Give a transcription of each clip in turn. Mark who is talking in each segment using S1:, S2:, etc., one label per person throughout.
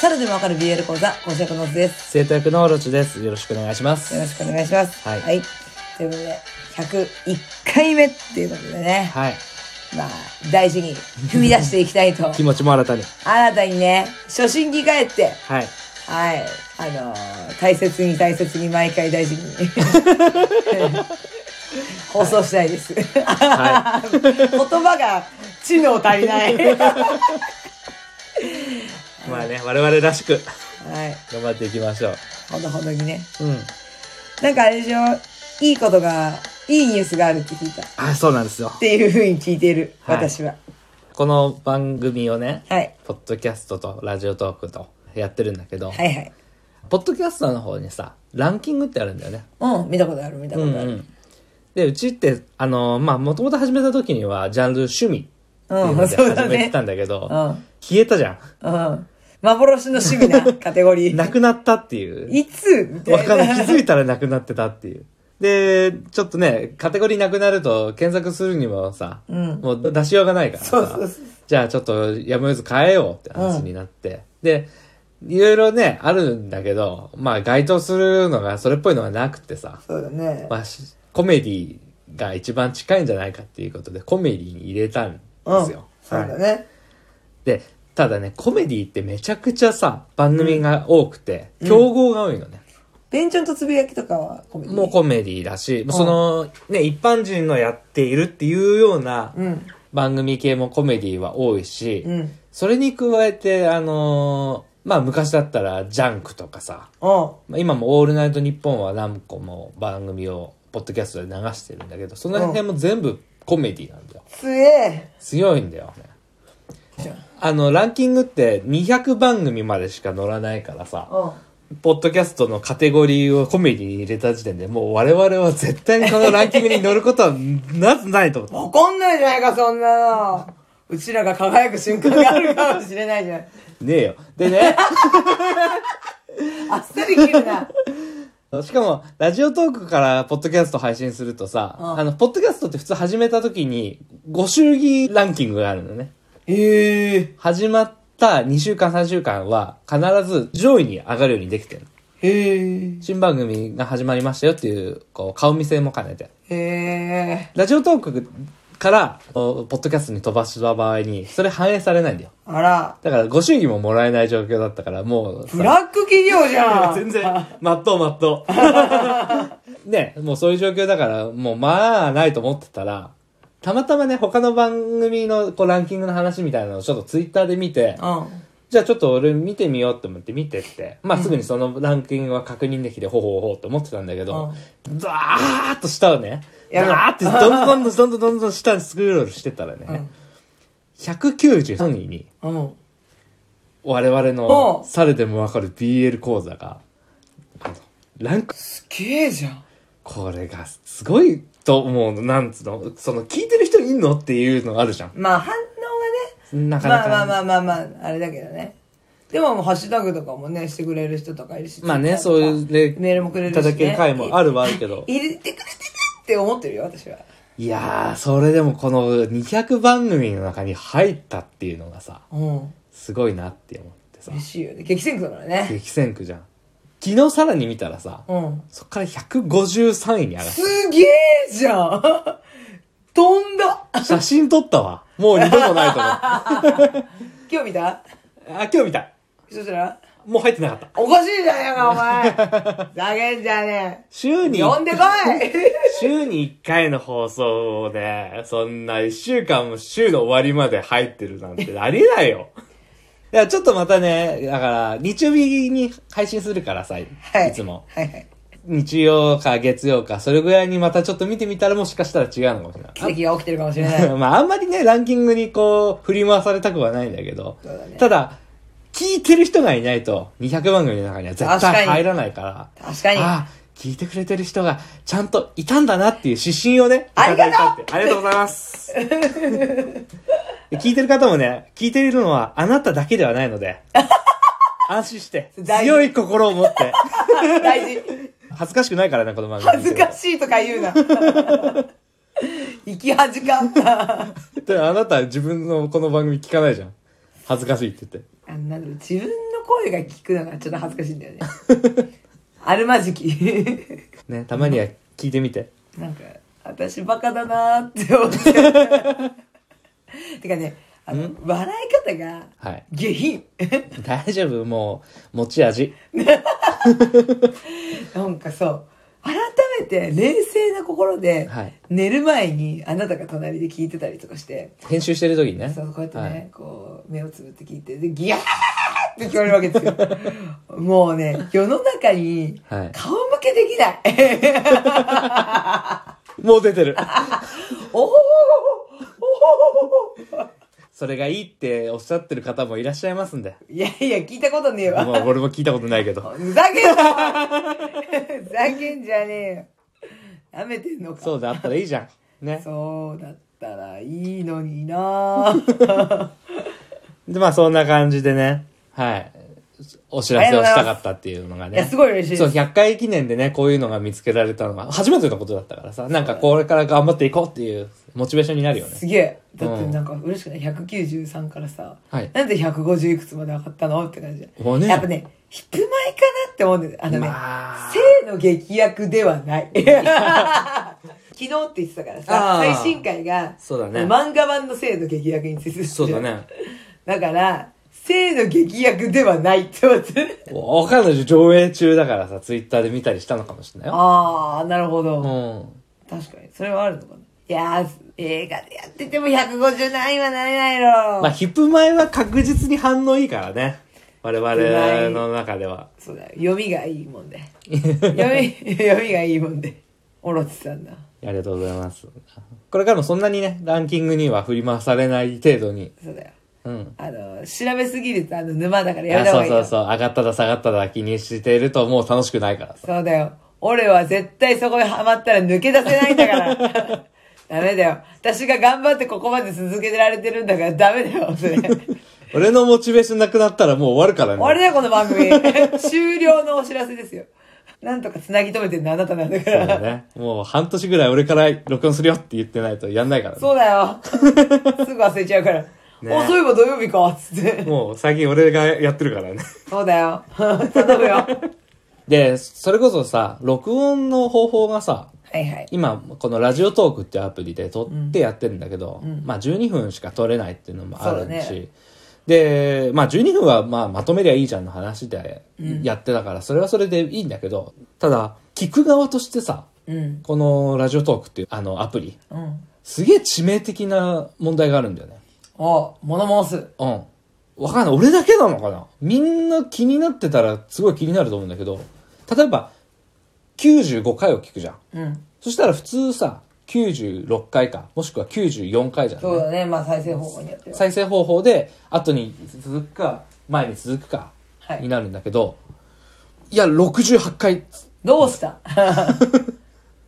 S1: 猿でもわかる BL 講座、今週の図です。
S2: 生徒役のオロチです。よろしくお願いします。
S1: よろしくお願いします。
S2: はい
S1: ということで、101回目っていうことでね、
S2: はい。
S1: まあ、大事に踏み出して いきたいと。
S2: 気持ちも新たに。
S1: 新たにね、初心に帰って、
S2: はい。
S1: はい、あのー大切に大切に毎回大 事に。放送したいです。
S2: は
S1: 言葉が知能足りない。は
S2: まあね、我々らしく
S1: い、
S2: 頑張っていきましょう。
S1: ほどほどにね。
S2: うん。
S1: なんかあれでしょいいことが、いいニュースがあるって聞いた。っ
S2: あ、そうなんですよ。
S1: ていうふうに聞いている、
S2: はい
S1: 私は。
S2: この番組をね、
S1: はい。
S2: ポッドキャストとラジオトークとやってるんだけど、
S1: はいはい。
S2: ポッドキャストの方にさ、ランキングってあるんだよね。
S1: うん、見たことある、見たことある。
S2: ん。で、うちって、あの、まあ、もともと始めた時には、ジャンル趣味っていう
S1: う
S2: の
S1: ん
S2: で
S1: そうだ
S2: 始
S1: ね
S2: めてたんだけど、
S1: うん
S2: 消えたじゃ
S1: うん。幻の趣味なカテゴリ
S2: ん。 な
S1: ー。
S2: くなったっていう。
S1: いつみた
S2: わか
S1: い
S2: んない。
S1: な。
S2: 気づいたらなくなってたっていう。で、ちょっとね、カテゴリーなくなると、検索するにもさ、もう出しようがないからさ、
S1: そうそうそう
S2: じゃあちょっとやむを得ず変えようって話になって、で、いろいろね、あるんだけど、まあ該当するのが、それっぽいのがなくてさ、
S1: そうだね。
S2: まあしコメディが一番近いんじゃないかっていうことで、コメディに入れたんで
S1: うん。そう
S2: すよ。
S1: だ
S2: はい
S1: ね。
S2: で、ただね、コメディってめちゃくちゃさ、番組が多くて、競合が多いのね。
S1: ベンチョンとつぶやきとかはコメディ
S2: もうコメディだし、その、ね、一般人のやっているっていうような
S1: うん。
S2: 番組系もコメディは多いし、
S1: うん。うん。
S2: それに加えて、あのーまあ昔だったらジャンクとかさ、まあ今もオールナイトニッポンは何個も番組をポッドキャストで流してるんだけど、その辺も全部コメディなんだよ。
S1: つえ。
S2: 強いんだよね。あの、ランキングって200番組までしか載らないからさ、
S1: うん。
S2: ポッドキャストのカテゴリーをコメディに入れた時点で、もう我々は絶対にこのランキングに乗ることはなぜないと思っ
S1: わかんないじゃないか、そんなの。うちらが輝く瞬間があるかもしれないじゃない。
S2: て。ねえよ。でね、
S1: あっさり切るな。
S2: しかも、ラジオトークからポッドキャスト配信するとさ、
S1: うん
S2: あの、ポッドキャストって普通始めた時に、ご祝儀ランキングがあるのね。
S1: ええ。
S2: 始まった2週間3週間は、必ず上位に上がるようにできてる。
S1: へえ。
S2: 新番組が始まりましたよっていう、こう、顔見せも兼ねて。
S1: へえ。
S2: ラジオトークから、おポッドキャストに飛ばした場合に、それ反映されないんだよ。
S1: あら。
S2: だから、ご祝儀ももらえない状況だったから、もうさ。
S1: ブラック企業じゃん。
S2: 全然、まっとうまっとう。ね、もうそういう状況だから、もうまあ、ないと思ってたら、たまたまね、他の番組のこうランキングの話みたいなのをちょっとツイッターで見て、
S1: うん。
S2: じゃあちょっと俺見てみようと思って見てって、まあすぐにそのランキングは確認できて、ほほほと思ってたんだけど、ザーッと下をね、ザ
S1: やめろ
S2: ーってどんどんどんどんどんどんどん下にスクロールしてたらね、193位に、
S1: うん。
S2: 我々の
S1: お
S2: 猿でもわかる BL 講座が、あのランク、
S1: すげえじゃん。
S2: これがすごいと思うの、なんつうの、その聞いてる人いんのっていうのがあるじゃん。
S1: まあ反応がね。
S2: なかな
S1: ま
S2: か。
S1: あまあまあまあまあ、あれだけどね。でももうハッシュタグとかもね、してくれる人とかいるし。
S2: まあね、
S1: Twitter と
S2: そう
S1: か
S2: いうね
S1: メールもくれるし、ね。
S2: いただける回もあるはあるけど
S1: い入れてくれてるって思ってるよ、私は。
S2: いやー、それでもこの200番組の中に入ったっていうのがさ、
S1: うん。
S2: すごいなって思ってさ
S1: 嬉、しいよね。激戦区だからね。
S2: 激戦区じゃん。昨日さらに見たらさ、
S1: うん。
S2: そっから153位に上がっ
S1: すげえじゃん飛んだ
S2: た。写真撮ったわ。もう二度とないと思う。あ、
S1: 今日見た
S2: 今日見た。
S1: そしたら
S2: もう入ってなかった。
S1: おかしいじゃねえか、お 前ふざけんじゃね
S2: 週
S1: え
S2: に、
S1: 呼ん でこい
S2: 週に1回の放送をね、そんな1週間も週の終わりまで入ってるなんてありえな いよ。いや、ちょっとまたね、だから、日曜日に配信するからさ、い
S1: はい。
S2: つも。
S1: はいはい。
S2: 日曜か月曜か、それぐらいにまたちょっと見てみたらもしかしたら違うのかもしれない。
S1: 奇跡が起きてるかもしれない。
S2: まあ、あんまりね、ランキングにこう、振り回されたくはないんだけど、
S1: そうだね
S2: ただ、聞いてる人がいないと、200番組の中には絶
S1: 確か
S2: 対
S1: に
S2: 入らないから、
S1: 確かに。
S2: ああ、聞いてくれてる人がちゃんといたんだなっていう指針をね、
S1: ありがとう
S2: いただいたってありがとうございます。 聞いてる方もね、聞いているのはあなただけではない ので、安心して、
S1: 大事
S2: 強い心を持って、
S1: 大事。
S2: 恥ずかしくないからね、この番組。
S1: 恥ずかしいとか言うな。生き恥か。
S2: であなた自分のこの番組聞かないじゃん。恥ずかしいって言って。
S1: あんなの自分の声が聞くのがちょっと恥ずかしいんだよね。あるまじき。
S2: ね、たまには聞いてみて。
S1: なんか、私バカだなーって思って。てかね、あの、笑い方が、
S2: はい。
S1: 下品。
S2: 大丈夫もう、持ち味。
S1: なんかそう、改めて冷静な心で、
S2: はい
S1: 寝る前にあなたが隣で聞いてたりとかして、
S2: 編集してる時にね。
S1: そうこうやってね、
S2: はい
S1: こう、目をつぶって聞いて、で、ギャーって聞こえるわけです よ。もうね、世の中に
S2: はい
S1: 顔向けできない。
S2: もう出てる。
S1: おほほほほおほほほほ
S2: それがいいっておっしゃってる方もいらっしゃいますんで。
S1: いやいや、聞いたことねえ
S2: ま
S1: わ。
S2: あ、俺も聞いたことないけど。
S1: ふざけんなふざけんじゃねえよ。舐めてんのか。
S2: そうであったらいいじゃん。ね。
S1: そうだったらいいのに なぁ。
S2: で、まあ、そんな感じでね。はい。お知らせをしたかったっていうのが
S1: いや、
S2: ね
S1: す。ごい嬉しいです
S2: そう、。100回記念でね、こういうのが見つけられたのが、初めてのことだったからさ、なんかこれから頑張っていこうっていう、モチベーションになるよね。
S1: すげえだってなんか嬉しくない193からさ、
S2: はい
S1: なんで150いくつまで上がったのって感じ
S2: おね
S1: やっぱねヒップマイかなって思うんだよねあのね、
S2: まあ
S1: 性の劇薬ではない 昨日って言ってたからさ
S2: あー
S1: 最新回が
S2: そうだね
S1: 漫画版の性の劇薬についてたじゃん
S2: そうだね。
S1: だから性の劇薬ではないって思 って
S2: わかんないでしょ上映中だからさ、ツイッターで見たりしたのかもしれないよ。
S1: ああなるほど、
S2: うん。
S1: 確かにそれはあるのかないやー映画でやってても150何位はなれないろ
S2: まあ、ヒップ前は確実に反応いいからね。我々の中では。
S1: そうだよ読みがいいもんで読み 読みがいいもんでオロチさんだ
S2: ありがとうございます。これからもそんなにね、ランキングには振り回されない程度に。
S1: そうだよ
S2: うん。
S1: あの調べすぎるとあの沼だからやめた
S2: あ
S1: 方が
S2: そう
S1: いいよ
S2: そうそう。上がっただ下がっただ気にしているともう楽しくないからさ。
S1: そうだよ俺は絶対そこにハマったら抜け出せないんだから ダメだよ私が頑張ってここまで続けてられてるんだからダメだよそれ
S2: 俺のモチベーションなくなったらもう終わるからね。
S1: 終わりだよこの番 組終了のお知らせですよなんとかつなぎ止めてるのあなたなんだか
S2: そうだ
S1: ら
S2: ね。もう半年ぐらい俺から録音するよって言ってないとやんないからね。
S1: そうだよすぐ忘れちゃうから、おそういえば土曜日かっつって
S2: もう最近俺がやってるからね。
S1: そうだよ 頼むよは
S2: で、それこそさ、録音の方法がさ、
S1: いはい
S2: 今、このラジオトークっていうアプリで撮ってやってるんだけど、まあ12分しか撮れないっていうのもあ
S1: そう
S2: る
S1: だ
S2: し、
S1: ね
S2: で、まあ12分はまあまとめりゃいいじゃんの話でやってたから、それはそれでいいんだけど、ただ、聞く側としてさ、
S1: うん
S2: このラジオトークっていうあのアプリ、
S1: うん
S2: すげえ致命的な問題があるんだよね。
S1: お物申す
S2: うん。わかんない。俺だけなのかなみんな気になってたらすごい気になると思うんだけど、例えば、95回を聞くじゃん。
S1: うん
S2: そしたら普通さ、96回か、もしくは94回じゃん、
S1: そうだねまあ再生方法によっては
S2: 再生方法で、後に続くか、前に続くか、
S1: はい
S2: になるんだけど、いや、68回、
S1: どうした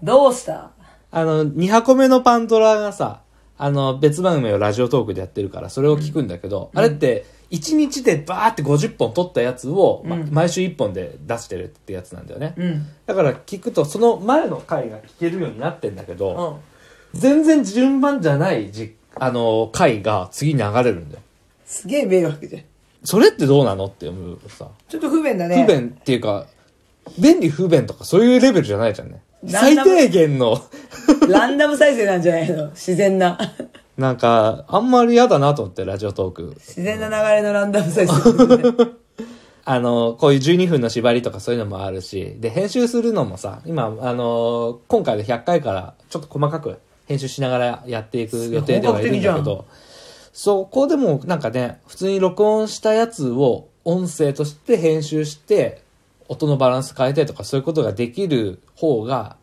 S1: どうした
S2: あの、2箱目のパンドラがさ、あの、別番組をラジオトークでやってるから、それを聞くんだけど、あれって、1日でバーって50本撮ったやつを、ま毎週1本で出してるってやつなんだよね。
S1: うん
S2: だから聞くと、その前の回が聞けるようになってんだけど、
S1: うん
S2: 全然順番じゃないじ、あの、回が次に流れるんだよ。
S1: すげえ迷惑じゃん
S2: それってどうなのって思うさ。
S1: ちょっと不便だね
S2: 不便っていうか、便利不便とかそういうレベルじゃないじゃんね。
S1: なん
S2: 最
S1: だ
S2: 低限の、
S1: ランダム再生なんじゃないの自然な
S2: なんか、あんまり嫌だなと思って、ラジオトーク。
S1: 自然な流れのランダム再生
S2: あの、こういう12分の縛りとかそういうのもあるし、で、編集するのもさ、今、あの、今回で100回からちょっと細かく編集しながらやっていく予定ではいるんだけ
S1: 本格
S2: ど、そこでもなんかね、普通に録音したやつを音声として編集して、音のバランス変えてとかそういうことができる方が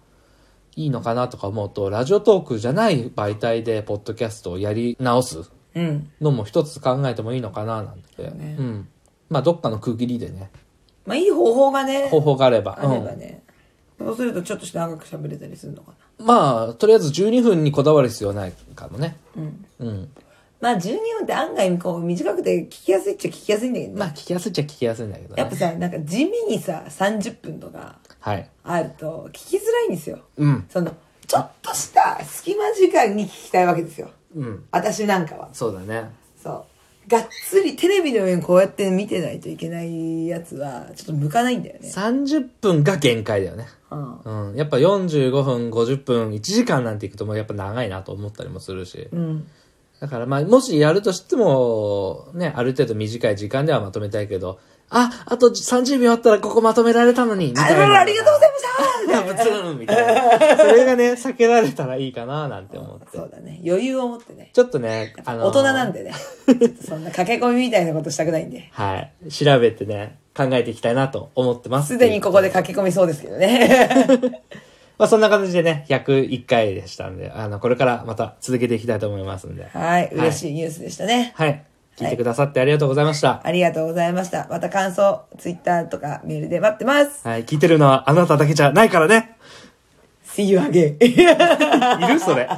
S2: いいのかなとか思うと、ラジオトークじゃない媒体でポッドキャストをやり直す
S1: うん
S2: のも一つ考えてもいいのかななんて。うん。まあ、どっかの区切りでね、
S1: まあいい方法がね
S2: 方法があれば。
S1: あればねそうするとちょっと長く喋れたりするのかな
S2: うん。まあ、とりあえず12分にこだわる必要はないかもね。
S1: うん
S2: うん。
S1: まあ12分って案外こう短くて聞きやすいっちゃ聞きやすいんだけどね
S2: まあ、聞きやすいっちゃ聞きやすいんだけど
S1: やっぱ
S2: ね。
S1: さなんか地味にさ30分とか
S2: はい。
S1: あると聞きづらいんですよ、
S2: うん。
S1: そのちょっとした隙間時間に聞きたいわけですよ
S2: うん。
S1: 私なんかは
S2: そうだね。
S1: そうがっつりテレビの上にこうやって見てないといけないやつは、ちょっと向かないんだよね。
S2: 30分が限界だよね。
S1: うん。
S2: うん。やっぱ45分、50分、1時間なんていくともうやっぱ長いなと思ったりもするし。
S1: うん。
S2: だからまあ、もしやるとしても、ね、ある程度短い時間ではまとめたいけど、あ、あと30秒あったらここまとめられたのに、み
S1: あ
S2: たい
S1: ら
S2: な。
S1: ら、ありがとうございました
S2: がとうみたいな。それがね、避けられたらいいかな、なんて思って
S1: そ。うだね。余裕を持ってね。
S2: ちょっとね、あのー
S1: 大人なんでね。ちょっとそんな駆け込みみたいなことしたくないんで。
S2: はい。調べてね、考えていきたいなと思ってます。
S1: すでにここで駆け込みそうですけど ね。
S2: まあそんな形でね、101回でしたんで、あの、これからまた続けていきたいと思いますんで。
S1: はい。嬉しいニュースでしたね。
S2: はい。聞いてくださってありがとうございました。
S1: ありがとうございました。また感想、ツイッターとかメールで待ってます。
S2: はい。聞いてるのはあなただけじゃないからね。
S1: See you again.
S2: いるそれ。